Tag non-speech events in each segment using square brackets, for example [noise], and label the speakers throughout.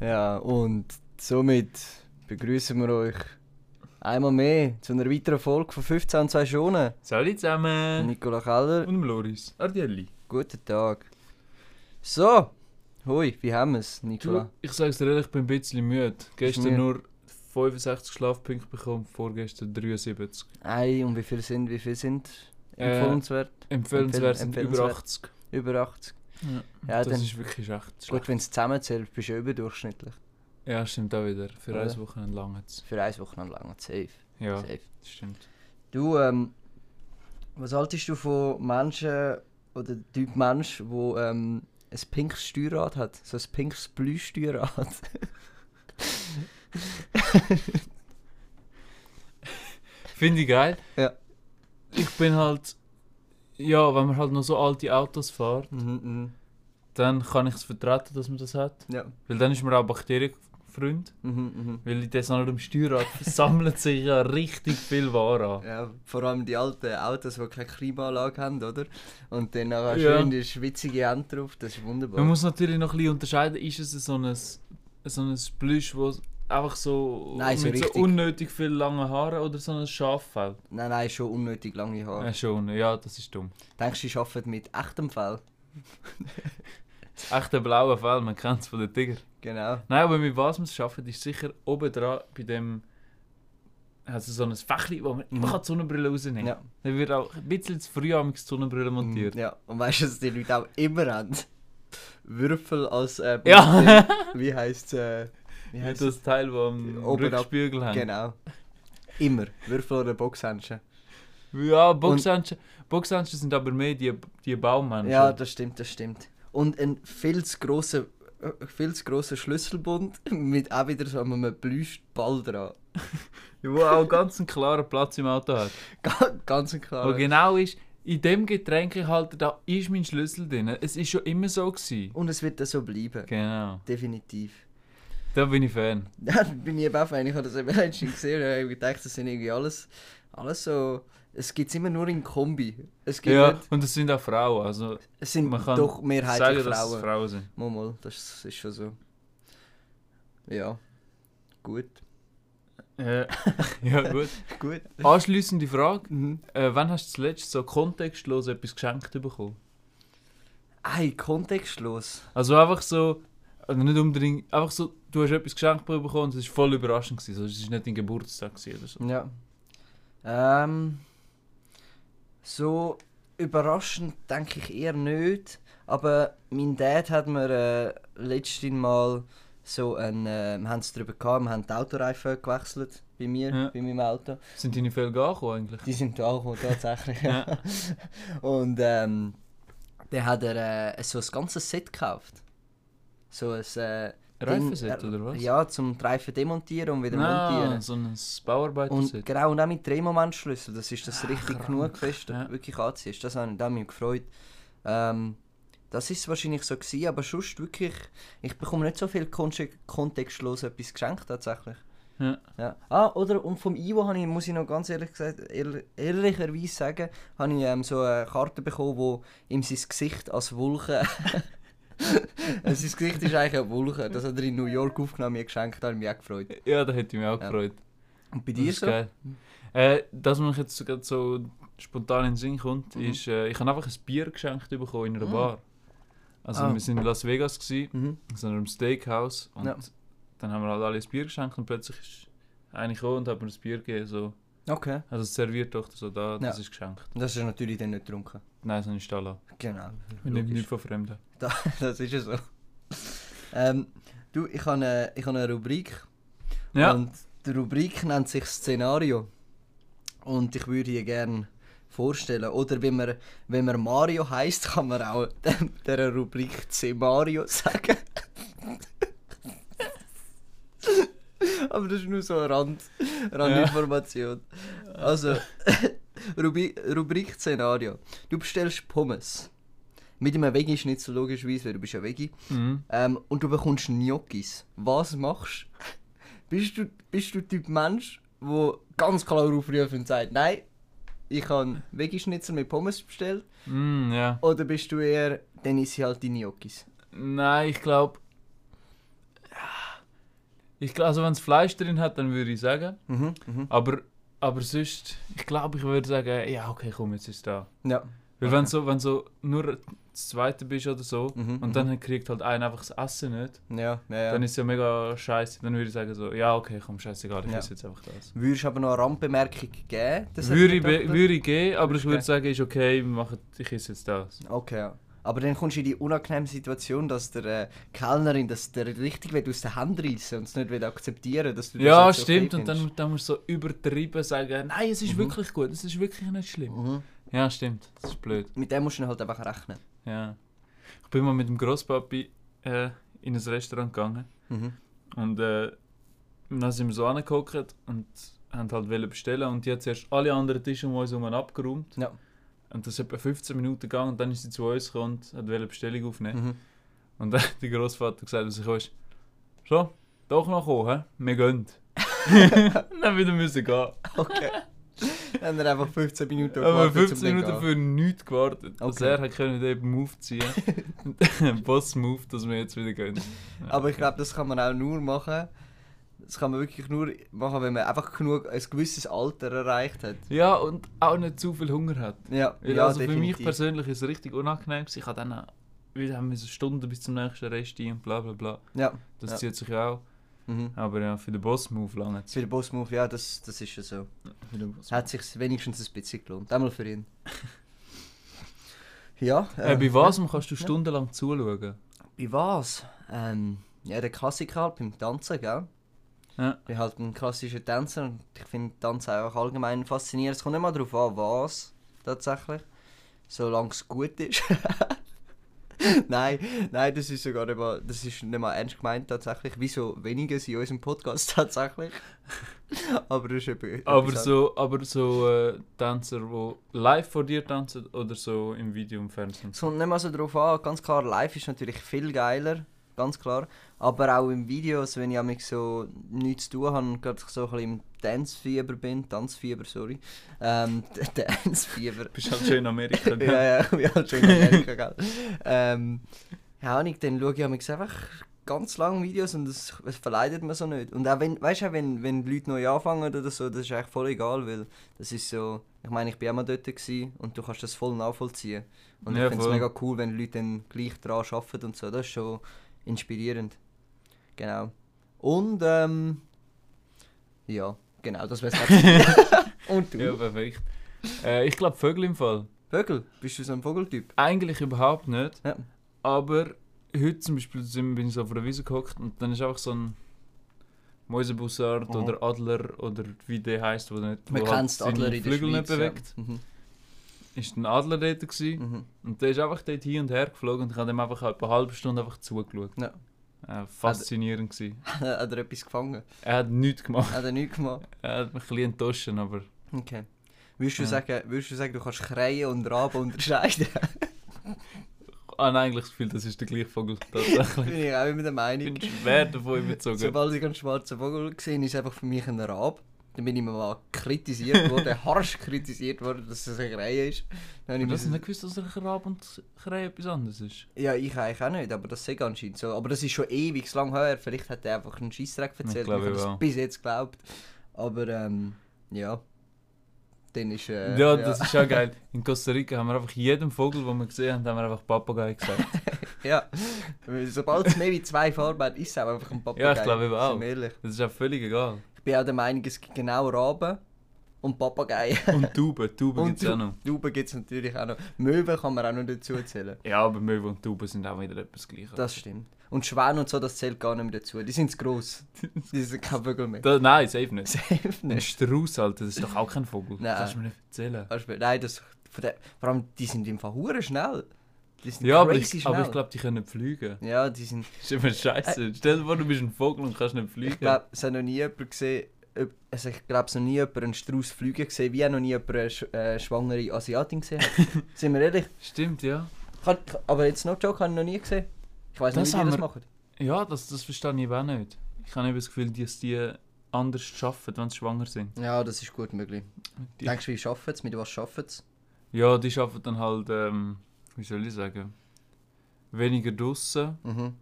Speaker 1: Ja, und somit begrüßen wir euch einmal mehr zu einer weiteren Folge von 15 und 2 Schonen.
Speaker 2: Salut zusammen!
Speaker 1: Nicola Keller,
Speaker 2: Und Loris. Ardielli.
Speaker 1: guten Tag. So, hui, wie haben wir es, Nicola?
Speaker 2: Du, ich sag's dir ehrlich, ich bin ein bisschen müde. Gestern
Speaker 1: mir-
Speaker 2: nur 65 Schlafpunkte bekommen, vorgestern 73.
Speaker 1: Ei, und wie viel sind, wie viel sind
Speaker 2: Äh,
Speaker 1: empfehlenswert?
Speaker 2: Empfehlenswert sind über
Speaker 1: empfehlenswert.
Speaker 2: 80.
Speaker 1: Über 80.
Speaker 2: Ja,
Speaker 1: Ja,
Speaker 2: das
Speaker 1: dann,
Speaker 2: ist wirklich echt schlecht.
Speaker 1: gut, wenn es zusammenzählt, bist du ja überdurchschnittlich.
Speaker 2: Ja, stimmt auch wieder. Für
Speaker 1: Oder?
Speaker 2: ein Wochenende lang jetzt.
Speaker 1: Für eine Woche lang, safe.
Speaker 2: Ja,
Speaker 1: safe.
Speaker 2: das stimmt.
Speaker 1: Du, ähm, was haltest du von Menschen oder dem Typ Mensch, wo ähm, ein pinkes Steuerrad hat? So ein pinkes Blühsteuerrad.
Speaker 2: Finde ich geil.
Speaker 1: Ja.
Speaker 2: Ich bin halt... Ja, wenn man halt noch so alte Autos fährt,
Speaker 1: mhm,
Speaker 2: dann kann ich es vertreten, dass man das hat.
Speaker 1: ja.
Speaker 2: Weil dann ist man auch Bakterienfreund.
Speaker 1: Mhm,
Speaker 2: Weil in das an dem Steuerrad sammelt [laughs] sich ja richtig viel Ware an.
Speaker 1: mhm. ja. Vor allem die alten Autos, die keine Klimaanlage haben, oder? Und dann nachher
Speaker 2: Ja.
Speaker 1: schön die schwitzige Hand drauf, das ist wunderbar.
Speaker 2: Man muss natürlich noch ein bisschen unterscheiden, ist es so ein, so ein Plüsch, wo es einfach so
Speaker 1: Nein, so
Speaker 2: mit so
Speaker 1: richtig.
Speaker 2: unnötig viel langen Haaren oder so ein Schaffell?
Speaker 1: nein, nein, schon unnötig lange
Speaker 2: Ja.
Speaker 1: Haare.
Speaker 2: schon, ja, das ist dumm.
Speaker 1: Denkst du, die arbeiten mit echtem Fell?
Speaker 2: Das echte blaue Fell, man kennt es von den Tiger.
Speaker 1: Genau.
Speaker 2: Nein, aber mit was man es schafft, ist sicher oben dran bei dem also so ein Fächli, wo man
Speaker 1: Mhm.
Speaker 2: immer die Sonnenbrille rausnehmen kann.
Speaker 1: Ja. Mhm.
Speaker 2: Dann wird auch ein bisschen zu früh am die Sonnenbrille montiert.
Speaker 1: Ja, und weißt du, dass die Leute auch immer haben? Würfel als äh,
Speaker 2: Ja.
Speaker 1: Wie heißt äh, wie
Speaker 2: Mit
Speaker 1: heißt
Speaker 2: das Teil, wo am
Speaker 1: Oben ab-
Speaker 2: Rückspiegel hängt.
Speaker 1: Genau. Immer. Würfel oder Boxhändchen.
Speaker 2: Ja, Boxhandschuhe Boxhandschuhe sind aber mehr die, die Baumhandschuhe.
Speaker 1: Ja, das stimmt, das stimmt. Und ein viel zu grosser, äh, viel zu grosser Schlüsselbund [laughs] mit auch wieder so einem Plüschball dran. [laughs]
Speaker 2: wo auch ganz einen klaren Platz im Auto hat.
Speaker 1: Ga- Ganz
Speaker 2: Wo
Speaker 1: klar.
Speaker 2: genau ist, in dem Getränkehalter, da ist mein Schlüssel drin. Es ist schon immer so gewesen.
Speaker 1: Und es wird dann so bleiben.
Speaker 2: Genau.
Speaker 1: Definitiv. [laughs]
Speaker 2: Da bin ich Fan.
Speaker 1: Da bin ich eben auch Fan. Ich habe das eben [laughs] letztens gesehen und habe gedacht, das sind irgendwie alles, alles so... Es gibt es immer nur in Kombi. Es gibt
Speaker 2: Ja,
Speaker 1: nicht,
Speaker 2: und das sind auch Frauen. Also
Speaker 1: es sind
Speaker 2: man kann
Speaker 1: doch
Speaker 2: sagen,
Speaker 1: mehrheitlich
Speaker 2: dass es
Speaker 1: Frauen.
Speaker 2: Frauen sind.
Speaker 1: Mal, mal, das ist schon so. Ja. Gut.
Speaker 2: Ja, [laughs] ja gut.
Speaker 1: Gut.
Speaker 2: Anschliessende Frage.
Speaker 1: Mhm.
Speaker 2: Äh, wann hast du zuletzt so kontextlos etwas geschenkt bekommen?
Speaker 1: Ei, kontextlos.
Speaker 2: Also einfach so, also nicht unbedingt, einfach so, du hast etwas geschenkt bekommen und es war voll überraschend. Gewesen. Also es war nicht dein Geburtstag gewesen oder so.
Speaker 1: Ja. Ähm. So überraschend denke ich eher nicht. Aber mein Dad hat mir äh, letztes Mal so ein. Äh, wir haben es darüber gehabt, wir haben die Autoreifen gewechselt bei mir,
Speaker 2: Ja.
Speaker 1: bei meinem Auto.
Speaker 2: Sind deine Felgen angekommen eigentlich?
Speaker 1: Die sind da angekommen, tatsächlich.
Speaker 2: Ja.
Speaker 1: [laughs] Und ähm, dann hat er äh, so ein ganzes Set gekauft. So ein. Äh, Ding-
Speaker 2: Reifenset
Speaker 1: äh,
Speaker 2: oder was? Ah.
Speaker 1: Ja, zum die Reifen demontieren und wieder montieren.
Speaker 2: so ein
Speaker 1: Und
Speaker 2: Bauarbeiterset.
Speaker 1: genau, und auch mit Drehmomentschlüssel, das ist das richtig genug fest,
Speaker 2: Ah, ja.
Speaker 1: wirklich anziehst. Das hat mich, das hat mich gefreut. Ähm, das ist wahrscheinlich so gewesen, aber sonst wirklich, ich bekomme nicht so viel konse- kontextlos etwas geschenkt tatsächlich.
Speaker 2: Ja.
Speaker 1: Ja. Ah, oder und vom Ivo habe ich, muss ich noch ganz ehrlich gesagt, ehrl- ehrlicherweise sagen, habe ich ähm, so eine Karte bekommen, wo ihm sein Gesicht als [laughs] Wulche. sein Gesicht ist eigentlich eine Wulche. Das hat er in New York aufgenommen, mir geschenkt, hat mich auch gefreut.
Speaker 2: Ja, da hätte ich mich auch
Speaker 1: Ja.
Speaker 2: gefreut.
Speaker 1: Und bei
Speaker 2: Das
Speaker 1: dir
Speaker 2: ist
Speaker 1: so?
Speaker 2: geil. Äh, dass man jetzt gerade so spontan in den Sinn kommt,
Speaker 1: Mhm.
Speaker 2: ist, äh, ich habe einfach ein Bier geschenkt bekommen in einer
Speaker 1: Mhm.
Speaker 2: Bar. Also
Speaker 1: Ah.
Speaker 2: wir sind in Las Vegas gewesen,
Speaker 1: Mhm.
Speaker 2: in so einem Steakhouse und
Speaker 1: Ja.
Speaker 2: dann haben wir halt alle ein Bier geschenkt und plötzlich ist einer gekommen und hat mir ein Bier gegeben. So.
Speaker 1: Okay.
Speaker 2: Also es serviert doch so da, das
Speaker 1: Ja.
Speaker 2: ist geschenkt.
Speaker 1: Das ist natürlich dann nicht getrunken.
Speaker 2: Nein, so ist da
Speaker 1: Genau.
Speaker 2: Wir nehmen
Speaker 1: Logisch. [laughs]
Speaker 2: nichts von Fremden.
Speaker 1: Das ist ja so. ähm, du, ich habe eine, ich habe eine Rubrik.
Speaker 2: Ja,
Speaker 1: Und die Rubrik nennt sich Szenario. Und ich würde hier gerne vorstellen. Oder wenn man, wenn man Mario heißt, kann man auch [laughs] dem- dieser Rubrik Mario sagen. [laughs] Aber das ist nur so eine Rand, Randinformation. Also, [laughs] Rubi Rubrik Szenario. Du bestellst Pommes. Mit einem Veggie-Schnitzel logischerweise, weil du bist ja Veggie.
Speaker 2: mhm.
Speaker 1: Ähm, und du bekommst Gnocchis. Was machst du? [laughs] Bist du, bist du Typ Mensch, der ganz klar aufruft und sagt, nein, ich habe Veggie-Schnitzel mit Pommes bestellt?
Speaker 2: Mhm, ja.
Speaker 1: Oder bist du eher, dann ist sie halt die Gnocchis?
Speaker 2: Nein, ich glaube. Ich glaube, also wenn es Fleisch drin hat, dann würde ich sagen.
Speaker 1: Mhm, mhm.
Speaker 2: Aber, aber sonst, ich glaube, ich würde sagen, ja, okay, komm, jetzt ist da.
Speaker 1: Ja.
Speaker 2: Weil
Speaker 1: Okay.
Speaker 2: wenn so, wenn so nur das Zweite bist oder so
Speaker 1: Mhm,
Speaker 2: und dann kriegt halt einer einfach das Essen nicht,
Speaker 1: Ja, ja, ja.
Speaker 2: dann ist es ja mega scheiße. Dann würde ich sagen so, ja, okay, komm, scheißegal, ich
Speaker 1: Ja.
Speaker 2: esse jetzt einfach das.
Speaker 1: Würdest du aber noch eine Randbemerkung geben? Das hat
Speaker 2: Würde
Speaker 1: die
Speaker 2: ich, be-
Speaker 1: Tochter-
Speaker 2: würde ich gehen, aber ich würde
Speaker 1: Okay.
Speaker 2: sagen, ist okay, wir machen, ich esse jetzt das.
Speaker 1: Okay, ja. Aber dann kommst du in die unangenehme Situation, dass der äh, Kellnerin das der richtig will aus den Händen reissen und es nicht will akzeptieren dass du das
Speaker 2: Ja,
Speaker 1: jetzt okay
Speaker 2: stimmt. Und
Speaker 1: findest.
Speaker 2: dann, dann musst du so übertrieben sagen, nein, es ist wirklich gut, es ist wirklich nicht schlimm.
Speaker 1: Mhm.
Speaker 2: Ja, stimmt. Das ist blöd.
Speaker 1: Mit dem musst du dann halt einfach rechnen.
Speaker 2: Ja. Ich bin mal mit dem Grosspapi äh, in ein Restaurant gegangen und äh, dann sind wir so angeguckt und haben halt wollen bestellen und die hat zuerst alle anderen Tische um uns herum abgeräumt.
Speaker 1: Ja.
Speaker 2: Und das ist etwa 15 Minuten gegangen und dann ist sie zu uns gekommen und hat wollte Bestellung aufnehmen. [laughs]
Speaker 1: Mhm.
Speaker 2: Und dann hat der Grossvater gesagt, was ich weiß, so, doch noch kommen, hä? wir gehen. [laughs] dann wieder müssen gehen.
Speaker 1: Okay. dann haben wir einfach 15 Minuten
Speaker 2: Aber
Speaker 1: gewartet, um
Speaker 2: 15
Speaker 1: dann
Speaker 2: Minuten
Speaker 1: gehen.
Speaker 2: für nichts gewartet. Also
Speaker 1: Okay.
Speaker 2: er hat können den Move ziehen. [laughs] Den Boss-Move, dass wir jetzt wieder gehen.
Speaker 1: Aber ich glaube, das kann man auch nur machen. Das kann man wirklich nur machen, wenn man einfach genug ein gewisses Alter erreicht hat.
Speaker 2: Ja, und auch nicht zu viel Hunger hat.
Speaker 1: Ja,
Speaker 2: Weil
Speaker 1: ja
Speaker 2: also
Speaker 1: definitiv.
Speaker 2: für mich persönlich ist es richtig unangenehm. gewesen. Ich habe dann auch- wir haben so Stunden bis zum nächsten Rest ein und bla bla bla.
Speaker 1: Ja.
Speaker 2: Das
Speaker 1: Ja.
Speaker 2: zieht sich ja auch.
Speaker 1: Mhm.
Speaker 2: Aber ja, für den Boss-Move lange
Speaker 1: Für den Boss-Move, ja, das, das ist ja so. Hat sich wenigstens ein bisschen gelohnt. Einmal für
Speaker 2: [laughs]
Speaker 1: ihn. ja. ähm,
Speaker 2: Äh, bei was kannst du stundenlang zuschauen?
Speaker 1: Bei was? Ähm, ja, der Klassiker halt beim Tanzen, gell?
Speaker 2: Ja.
Speaker 1: Ich bin halt ein klassischer Tänzer und ich finde Tanzen einfach allgemein faszinierend. Es kommt nicht mal darauf an, was tatsächlich. Solange es gut ist. [laughs] nein, nein, das ist sogar nicht mal, das ist nicht mal ernst
Speaker 2: [laughs]
Speaker 1: gemeint tatsächlich. Wieso wenige sind in unserem Podcast [laughs] tatsächlich? Aber das ist eben.
Speaker 2: Aber
Speaker 1: etwas
Speaker 2: so, aber so äh, Tänzer, die live vor dir tanzen oder so im Video im Fernsehen?
Speaker 1: Es kommt nicht mehr so drauf an, ganz klar, live ist natürlich viel geiler, ganz klar. Aber auch im Videos, wenn ich mich so nichts zu tun habe und gerade so ein bisschen im Dancefieber bin, Tanzfieber, sorry. Ähm, [laughs] D- Dancefieber.
Speaker 2: Bist halt schön in Amerika.
Speaker 1: [laughs]
Speaker 2: ne?
Speaker 1: ja, ja, wie halt schon in Amerika, gell.
Speaker 2: [laughs]
Speaker 1: Ähm, ja, und ich dann schaue ich mich einfach ganz lange Videos und das, das verleidet mir so nicht. Und auch wenn, weißt du, auch wenn, wenn die Leute neu anfangen oder so, das ist eigentlich voll egal, weil das ist so, ich meine, ich bin auch mal dort gewesen und du kannst das voll nachvollziehen. Und
Speaker 2: Ja,
Speaker 1: ich finde es
Speaker 2: voll.
Speaker 1: mega cool, wenn die Leute dann gleich dran arbeiten und so, das ist schon inspirierend. Genau. Und, ähm, ja, genau, das
Speaker 2: [laughs]
Speaker 1: wär's. und du?
Speaker 2: Ja, perfekt. Äh, ich glaube Vögel im Fall.
Speaker 1: Vögel, bist du so ein Vogeltyp?
Speaker 2: Eigentlich überhaupt nicht.
Speaker 1: Ja.
Speaker 2: Aber heute zum Beispiel sind- bin ich so auf der Wiese gehockt und dann ist einfach so ein Mäusebussard
Speaker 1: Mhm.
Speaker 2: oder Adler oder wie der heißt, wo nicht
Speaker 1: Man
Speaker 2: wo halt
Speaker 1: kennt die
Speaker 2: seine
Speaker 1: Adler in der
Speaker 2: Flügel
Speaker 1: Schweiz.
Speaker 2: nicht bewegt. Hm.
Speaker 1: Ja. Mhm.
Speaker 2: Ist ein Adler dort gewesen.
Speaker 1: Mhm. [laughs]
Speaker 2: und der ist einfach dort hin und her geflogen und ich habe ihm einfach etwa eine halbe Stunde einfach zugeschaut.
Speaker 1: Ja.
Speaker 2: Äh, faszinierend gewesen.
Speaker 1: hat er etwas gefangen?
Speaker 2: Er hat nichts gemacht. [laughs]
Speaker 1: Hat er nichts gemacht?
Speaker 2: Er hat mich ein bisschen enttäuscht, aber
Speaker 1: Okay. Würdest du,
Speaker 2: Ja.
Speaker 1: sagen, würdest du sagen, du kannst Kreien und Raben
Speaker 2: [laughs]
Speaker 1: unterscheiden?
Speaker 2: ich habe eigentlich das Gefühl, das ist der
Speaker 1: [laughs]
Speaker 2: gleiche Vogel tatsächlich.
Speaker 1: Bin ich auch immer der
Speaker 2: ich
Speaker 1: Meinung.
Speaker 2: bin schwer davon überzogen.
Speaker 1: Sobald ich einen schwarzen Vogel gesehen ist einfach für mich ein Rab. Dann bin ich mal kritisiert [laughs] worden, harsch kritisiert worden, dass es eine Kreie ist. Dann habe ich
Speaker 2: Ich habe
Speaker 1: müssen,
Speaker 2: nicht gewusst, dass ein Rab und Krähe etwas anderes ist.
Speaker 1: ja, ich eigentlich auch nicht, aber das sehe ich anscheinend so. Aber das ist schon ewig lang her. Vielleicht hat er einfach einen Scheissdreck erzählt.
Speaker 2: glaube,
Speaker 1: habe
Speaker 2: ich
Speaker 1: das
Speaker 2: auch.
Speaker 1: bis jetzt geglaubt. Aber ähm, ja. Dann ist. Äh,
Speaker 2: ja, das ist ja geil. In Costa Rica haben wir einfach jedem Vogel, den wir gesehen haben, haben wir einfach Papagei gesagt.
Speaker 1: Ja, weil sobald es mehr wie zwei Farben hat, ist es auch einfach ein Papagei.
Speaker 2: Ja, ich glaube, ich auch.
Speaker 1: Sind wir ehrlich.
Speaker 2: Das ist ja völlig egal.
Speaker 1: Ich bin auch der Meinung, es gibt genau Raben und
Speaker 2: [laughs]
Speaker 1: Papageien.
Speaker 2: Und Tauben, Tauben
Speaker 1: Und
Speaker 2: gibt es auch noch.
Speaker 1: Tauben gibt es natürlich auch noch. Möwen kann man auch noch dazu
Speaker 2: [laughs]
Speaker 1: zählen.
Speaker 2: Ja, aber Möwe und Tauben sind auch wieder etwas Gleiches.
Speaker 1: Das stimmt. Und Schwäne und so, das zählt gar nicht mehr dazu. Die sind zu
Speaker 2: [laughs]
Speaker 1: gross. Die sind keine Vögel mehr.
Speaker 2: Da- nein, safe
Speaker 1: [laughs]
Speaker 2: nicht.
Speaker 1: Safe
Speaker 2: Ein
Speaker 1: nicht.
Speaker 2: Strauß, Alter, das ist doch auch kein Vogel.
Speaker 1: Nein.
Speaker 2: Kannst du mir nicht erzählen.
Speaker 1: Kannst du mir- Nein, das, von der, vor allem, die sind im Fall hure schnell. Die sind
Speaker 2: Ja, aber
Speaker 1: Äh, crazy
Speaker 2: ich,
Speaker 1: schnell.
Speaker 2: aber ich glaube, die können nicht fliegen.
Speaker 1: Ja, die sind...
Speaker 2: Das ist immer scheiße. Stell dir vor, du bist ein Vogel und kannst nicht fliegen.
Speaker 1: Ich glaube, es hat noch nie jemand gesehen, ob- also ich glaube, es hat noch nie jemand einen Strauß fliegen gesehen, wie auch noch nie jemand eine sch äh, schwangere Asiatin gesehen hat.
Speaker 2: [laughs]
Speaker 1: Sind wir ehrlich?
Speaker 2: Stimmt, ja.
Speaker 1: Kann, kann- aber jetzt noch Joke habe ich noch nie gesehen. Ich weiß
Speaker 2: Das
Speaker 1: nicht, wie die
Speaker 2: haben
Speaker 1: das
Speaker 2: wir-
Speaker 1: machen.
Speaker 2: Ja, das, das verstehe ich eben auch nicht. Ich habe eben das Gefühl, dass die anders schaffen, wenn sie schwanger sind.
Speaker 1: Ja, das ist gut möglich.
Speaker 2: Die-
Speaker 1: Denkst du, wie schaffen es? Mit was schaffen es?
Speaker 2: Ja, die arbeiten dann halt, ähm, wie soll ich sagen, weniger draussen
Speaker 1: Mhm.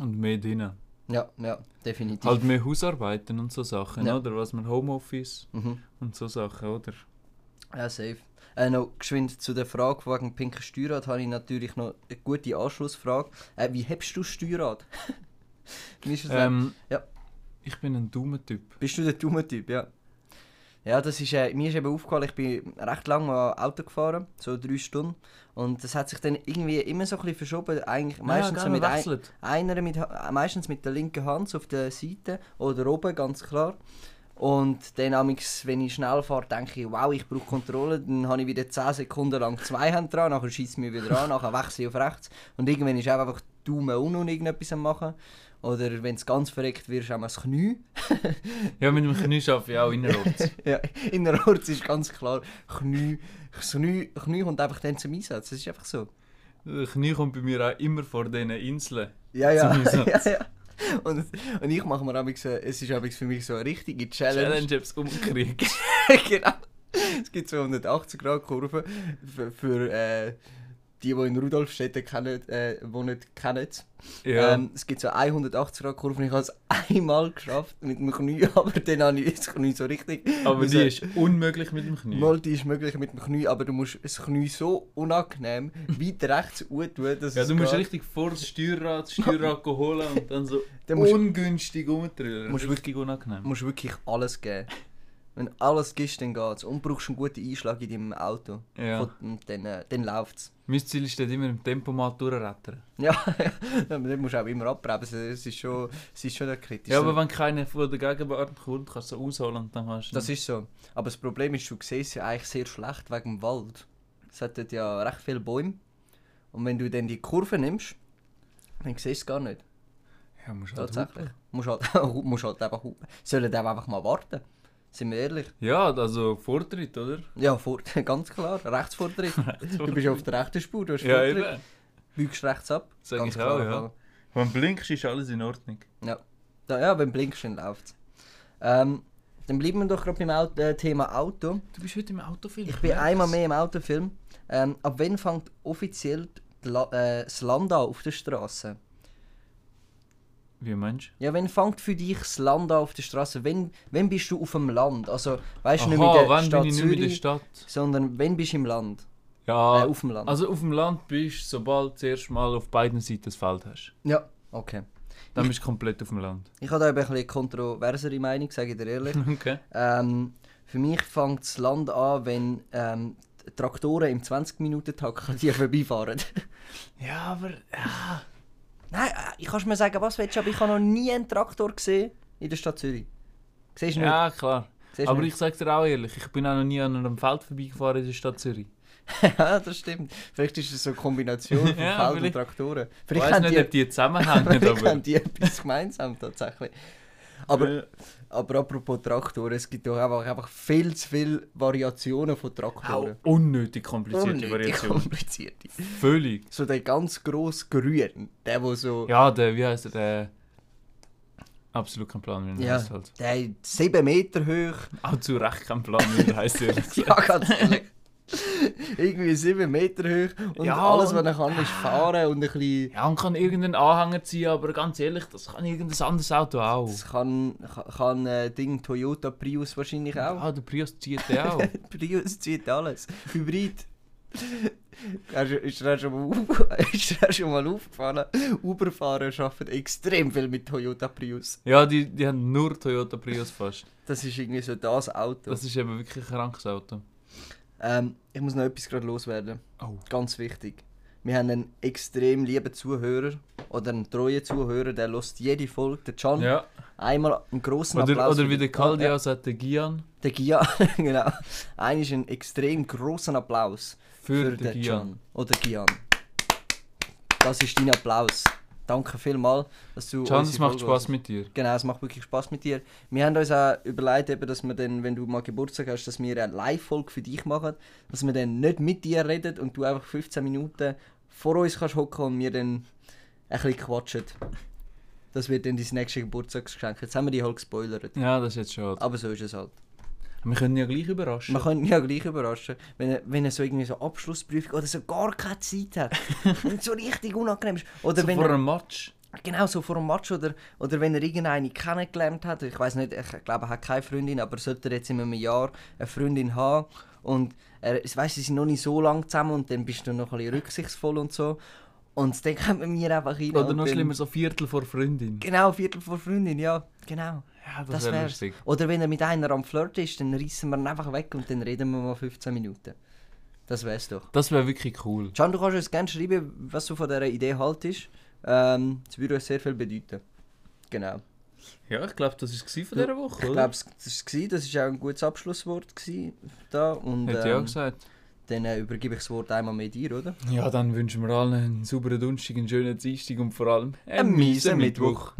Speaker 2: und mehr drinnen.
Speaker 1: Ja, ja, definitiv.
Speaker 2: Halt mehr Hausarbeiten und so Sachen,
Speaker 1: Ja.
Speaker 2: oder? Was man Homeoffice
Speaker 1: Mhm.
Speaker 2: und so Sachen, oder?
Speaker 1: Ja, safe. Äh, noch geschwind zu der Frage wegen pinker Steuerrad habe ich natürlich noch eine gute Anschlussfrage. Äh, wie hebst du Steuerrad? [laughs] Mir ist es
Speaker 2: Ähm,
Speaker 1: Ja.
Speaker 2: Ich bin ein dummer Typ.
Speaker 1: Bist du der dumme Typ, ja? Ja, das ist, äh, mir ist eben aufgefallen, ich bin recht lange mal Auto gefahren, so drei Stunden. Und das hat sich dann irgendwie immer so ein bisschen verschoben, eigentlich meistens so
Speaker 2: gell,
Speaker 1: mit
Speaker 2: man
Speaker 1: ein,
Speaker 2: wechselt.
Speaker 1: einer mit, äh, meistens mit der linken Hand so auf der Seite oder oben, ganz klar. Und dann amix, wenn ich schnell fahre, denke ich, wow, ich brauche Kontrolle. Dann habe ich wieder 10 Sekunden lang zwei Hände dran, nachher schießt mir wieder an, nachher wechsle ich auf rechts. Und irgendwann ist auch einfach die Daumen unten und irgendetwas am machen. Oder wenn es ganz verreckt wird, ist auch mal das Knie.
Speaker 2: [laughs] Ja, mit dem Knie arbeite ich auch innerorts.
Speaker 1: Ja, innerorts ist ganz klar, Knie, Knie, Knie kommt einfach dann zum Einsatz. Das ist einfach so.
Speaker 2: Das Knie kommt bei mir auch immer vor diesen Inseln.
Speaker 1: Ja, ja.
Speaker 2: Zum
Speaker 1: [laughs] ja,
Speaker 2: Einsatz.
Speaker 1: ja. Und, und ich mache mir amigs, äh, es ist amigs für mich so eine richtige Challenge.
Speaker 2: Challenge, ob es
Speaker 1: [laughs]
Speaker 2: umkriegst.
Speaker 1: genau. Es gibt so 180 Grad Kurven für, für äh, die, die in Rudolfstedt kennen, äh, wo nicht kennen.
Speaker 2: Ja.
Speaker 1: Ähm, es gibt so 180 Grad Kurven. Ich habe [laughs] es einmal geschafft mit dem Knie, [laughs] aber dann habe ich das Knie so richtig. Dus, eh,
Speaker 2: aber
Speaker 1: müssen-
Speaker 2: die ist unmöglich mit dem Knie.
Speaker 1: Mal, die ist möglich mit dem Knie, aber du musst das Knie so unangenehm
Speaker 2: [laughs]
Speaker 1: weit rechts tun, dass
Speaker 2: Ja,
Speaker 1: es
Speaker 2: du musst
Speaker 1: geht.
Speaker 2: richtig vor das Steuerrad,
Speaker 1: [laughs]
Speaker 2: das Steuerrad holen und dann so
Speaker 1: Dann musst-
Speaker 2: ungünstig rumtrüllen.
Speaker 1: musst
Speaker 2: wirklich unangenehm.
Speaker 1: Du musst wirklich alles geben. Wenn du alles gibst, dann geht's. Und brauchst einen guten Einschlag in deinem Auto.
Speaker 2: Ja.
Speaker 1: Und dann, äh, dann läuft's. [laughs]
Speaker 2: Mein Ziel ist dort immer im Tempomat durchrettern.
Speaker 1: Ja, dann musst du auch immer abbremsen. Es ist schon, es ist schon da kritisch.
Speaker 2: Ja, aber wenn keiner von der Gegenwart kommt, kannst du so ausholen und dann kannst du...
Speaker 1: das ist so. Aber das Problem ist, du siehst ja eigentlich sehr schlecht wegen dem Wald. Es hat dort ja recht viele Bäume. Und wenn du dann die Kurve nimmst, dann siehst du es gar nicht.
Speaker 2: ja, musst halt
Speaker 1: Tatsächlich.
Speaker 2: hupen.
Speaker 1: Musst halt, [laughs] musst halt einfach hupen. Sollen dann einfach mal warten. Sind wir ehrlich?
Speaker 2: Ja, also Vortritt, oder?
Speaker 1: Ja, vor, [laughs] ganz klar.
Speaker 2: [laughs]
Speaker 1: Rechtsvortritt. du bist auf der rechten Spur, du hast
Speaker 2: Ja,
Speaker 1: Vortritt.
Speaker 2: eben.
Speaker 1: Biegst rechts ab.
Speaker 2: Sag
Speaker 1: ganz
Speaker 2: ich auch, ja.
Speaker 1: Fall.
Speaker 2: Wenn du blinkst, ist alles in Ordnung.
Speaker 1: Da, ja, wenn du blinkst, dann läuft's. Ähm, dann bleiben wir doch gerade beim Auto, äh, Thema Auto.
Speaker 2: Du bist heute im Autofilm.
Speaker 1: Ich bin einmal mehr im Autofilm. Ähm, ab wann fängt offiziell die La äh, das Land an auf der Straße?
Speaker 2: Wie meinst
Speaker 1: Ja, wann fängt für dich das Land an auf der Straße? Wann, wann bist du auf dem Land? Also, weißt
Speaker 2: du?
Speaker 1: du nicht mit der
Speaker 2: wann
Speaker 1: Stadt
Speaker 2: bin ich nicht mehr
Speaker 1: Zürich?
Speaker 2: in der Stadt?
Speaker 1: sondern wenn bist du im Land,
Speaker 2: Ja,
Speaker 1: äh, auf dem Land.
Speaker 2: also auf dem Land bist du, sobald du zuerst mal auf beiden Seiten das Feld hast.
Speaker 1: ja, okay.
Speaker 2: Dann bist du komplett auf dem Land.
Speaker 1: Ich habe da eben ein bisschen kontroversere Meinung, sage ich dir [laughs] ehrlich.
Speaker 2: [laughs] Okay.
Speaker 1: ähm, für mich fängt das Land an, wenn ähm, die Traktoren im 20-Minuten-Takt an dir vorbeifahren.
Speaker 2: Ja, aber...
Speaker 1: [laughs] Nein, äh, ich kannst mir sagen, was willst du, aber ich habe noch nie einen Traktor gesehen in der Stadt Zürich. Siehst du nicht?
Speaker 2: Ja, klar.
Speaker 1: Siehst du
Speaker 2: Aber
Speaker 1: nicht?
Speaker 2: ich sage dir auch ehrlich, ich bin auch noch nie an einem Feld vorbeigefahren in der Stadt Zürich.
Speaker 1: [laughs] ja, das stimmt. Vielleicht ist es so eine
Speaker 2: [laughs]
Speaker 1: Kombination von
Speaker 2: Ja,
Speaker 1: Feld und
Speaker 2: vielleicht.
Speaker 1: Traktoren.
Speaker 2: Ich
Speaker 1: Vielleicht
Speaker 2: weiß
Speaker 1: haben
Speaker 2: nicht, ob
Speaker 1: die,
Speaker 2: die
Speaker 1: [laughs]
Speaker 2: zusammenhängen,
Speaker 1: vielleicht haben
Speaker 2: [laughs] aber...
Speaker 1: die etwas gemeinsam tatsächlich. Aber
Speaker 2: Äh,
Speaker 1: Aber apropos Traktoren, es gibt doch einfach, einfach viel zu viele Variationen von
Speaker 2: Auch
Speaker 1: Traktoren.
Speaker 2: unnötig komplizierte
Speaker 1: Unnötig [laughs]
Speaker 2: Variation.
Speaker 1: komplizierte.
Speaker 2: Völlig.
Speaker 1: So der ganz grosse Grün, der wo so...
Speaker 2: Ja, der, wie heißt der? Absolut kein Plan, wie er
Speaker 1: Ja,
Speaker 2: heißt halt.
Speaker 1: der 7 Meter
Speaker 2: [laughs]
Speaker 1: hoch. [laughs]
Speaker 2: Auch zu Recht kein Plan, wie er heißt. halt. [laughs] ehrlich gesagt.
Speaker 1: Ja, ganz ehrlich. Irgendwie 7 Meter hoch und
Speaker 2: Ja,
Speaker 1: alles, was
Speaker 2: und- Ah.
Speaker 1: er kann, ist fahren und ein bisschen...
Speaker 2: Ja, und kann irgendeinen Anhänger ziehen, aber ganz ehrlich, das kann irgendein anderes Auto auch.
Speaker 1: Das kann, kann, kann äh, Ding Toyota Prius wahrscheinlich auch.
Speaker 2: Ah, der Prius zieht den [laughs] auch.
Speaker 1: [laughs] Prius zieht alles. Hybrid. Hast du- ist dir auch schon mal, auf, [laughs] ist dir auch schon mal aufgefallen? Uberfahrer arbeiten extrem viel mit Toyota Prius.
Speaker 2: ja, die, die haben nur Toyota Prius fast.
Speaker 1: Das ist irgendwie so das Auto.
Speaker 2: Das ist eben wirklich ein krankes Auto.
Speaker 1: ähm, ich muss noch etwas gerade loswerden.
Speaker 2: Oh.
Speaker 1: Ganz wichtig. Wir haben einen extrem lieben Zuhörer oder einen treuen Zuhörer, der lost jede Folge. Der Can.
Speaker 2: Ja,
Speaker 1: Einmal einen großen
Speaker 2: oder,
Speaker 1: Applaus.
Speaker 2: oder
Speaker 1: für
Speaker 2: wie
Speaker 1: den-
Speaker 2: der Caldia sagt, der Gian.
Speaker 1: Der Gia, [laughs] genau. Einmal einen extrem großen Applaus.
Speaker 2: Für, den
Speaker 1: den
Speaker 2: Gian.
Speaker 1: Can Oder Gian. Das ist dein Applaus. Danke vielmals, dass du.
Speaker 2: Gian,
Speaker 1: unsere
Speaker 2: es macht
Speaker 1: Folge
Speaker 2: Spaß
Speaker 1: hörst.
Speaker 2: mit dir.
Speaker 1: Genau, es macht wirklich Spaß mit dir. Wir haben uns auch überlegt, eben, dass wir dann, wenn du mal Geburtstag hast, dass wir eine Live-Folge für dich machen. Dass wir dann nicht mit dir reden und du einfach 15 Minuten vor uns kannst hocken und wir dann ein bisschen quatschen. Das wird dann dein nächstes Geburtstagsgeschenk. Jetzt haben wir die halt gespoilert.
Speaker 2: Ja, das ist jetzt schade.
Speaker 1: Aber so ist es halt.
Speaker 2: Wir können ja gleich überraschen.
Speaker 1: Man könnte ihn ja gleich überraschen, wenn er, wenn er so irgendwie so
Speaker 2: [laughs]
Speaker 1: Abschlussprüfung oder so gar keine Zeit hat. und so richtig unangenehm ist. Oder
Speaker 2: so
Speaker 1: wenn
Speaker 2: vor
Speaker 1: er,
Speaker 2: einem Match.
Speaker 1: Genau, so vor dem Match oder, oder wenn er irgendeine kennengelernt hat. Ich weiß nicht, ich glaube, er hat keine Freundin, aber sollte er jetzt in einem Jahr eine Freundin haben und er, ich weiss, sie sind noch nicht so lang zusammen und dann bist du noch ein bisschen rücksichtsvoll und so. Und dann [laughs] kommen wir einfach rein.
Speaker 2: Oder
Speaker 1: und
Speaker 2: noch
Speaker 1: dann,
Speaker 2: schlimmer, so Viertel vor Freundin.
Speaker 1: Genau, Viertel vor Freundin, ja, genau.
Speaker 2: Ja,
Speaker 1: Das
Speaker 2: wär
Speaker 1: wär's. Oder wenn er mit einer am Flirt ist, dann reißen wir ihn einfach weg und dann reden wir mal 15 Minuten. Das wär's doch.
Speaker 2: Das wäre wirklich cool.
Speaker 1: Can, du kannst uns gerne schreiben, was du von dieser Idee haltest. Ähm, das würde uns sehr viel bedeuten. Genau.
Speaker 2: Ja, ich glaube, das war es von
Speaker 1: Ja,
Speaker 2: dieser Woche,
Speaker 1: Ich glaube, das war das war auch ein gutes Abschlusswort. Gewesen, da. Und
Speaker 2: Hätte ich auch
Speaker 1: ähm,
Speaker 2: gesagt.
Speaker 1: dann äh, übergebe ich das Wort einmal mit dir, oder?
Speaker 2: Ja, dann wünschen wir allen einen sauberen Donnerstag, einen schönen Dienstag und vor allem
Speaker 1: Einen miesen Mittwoch.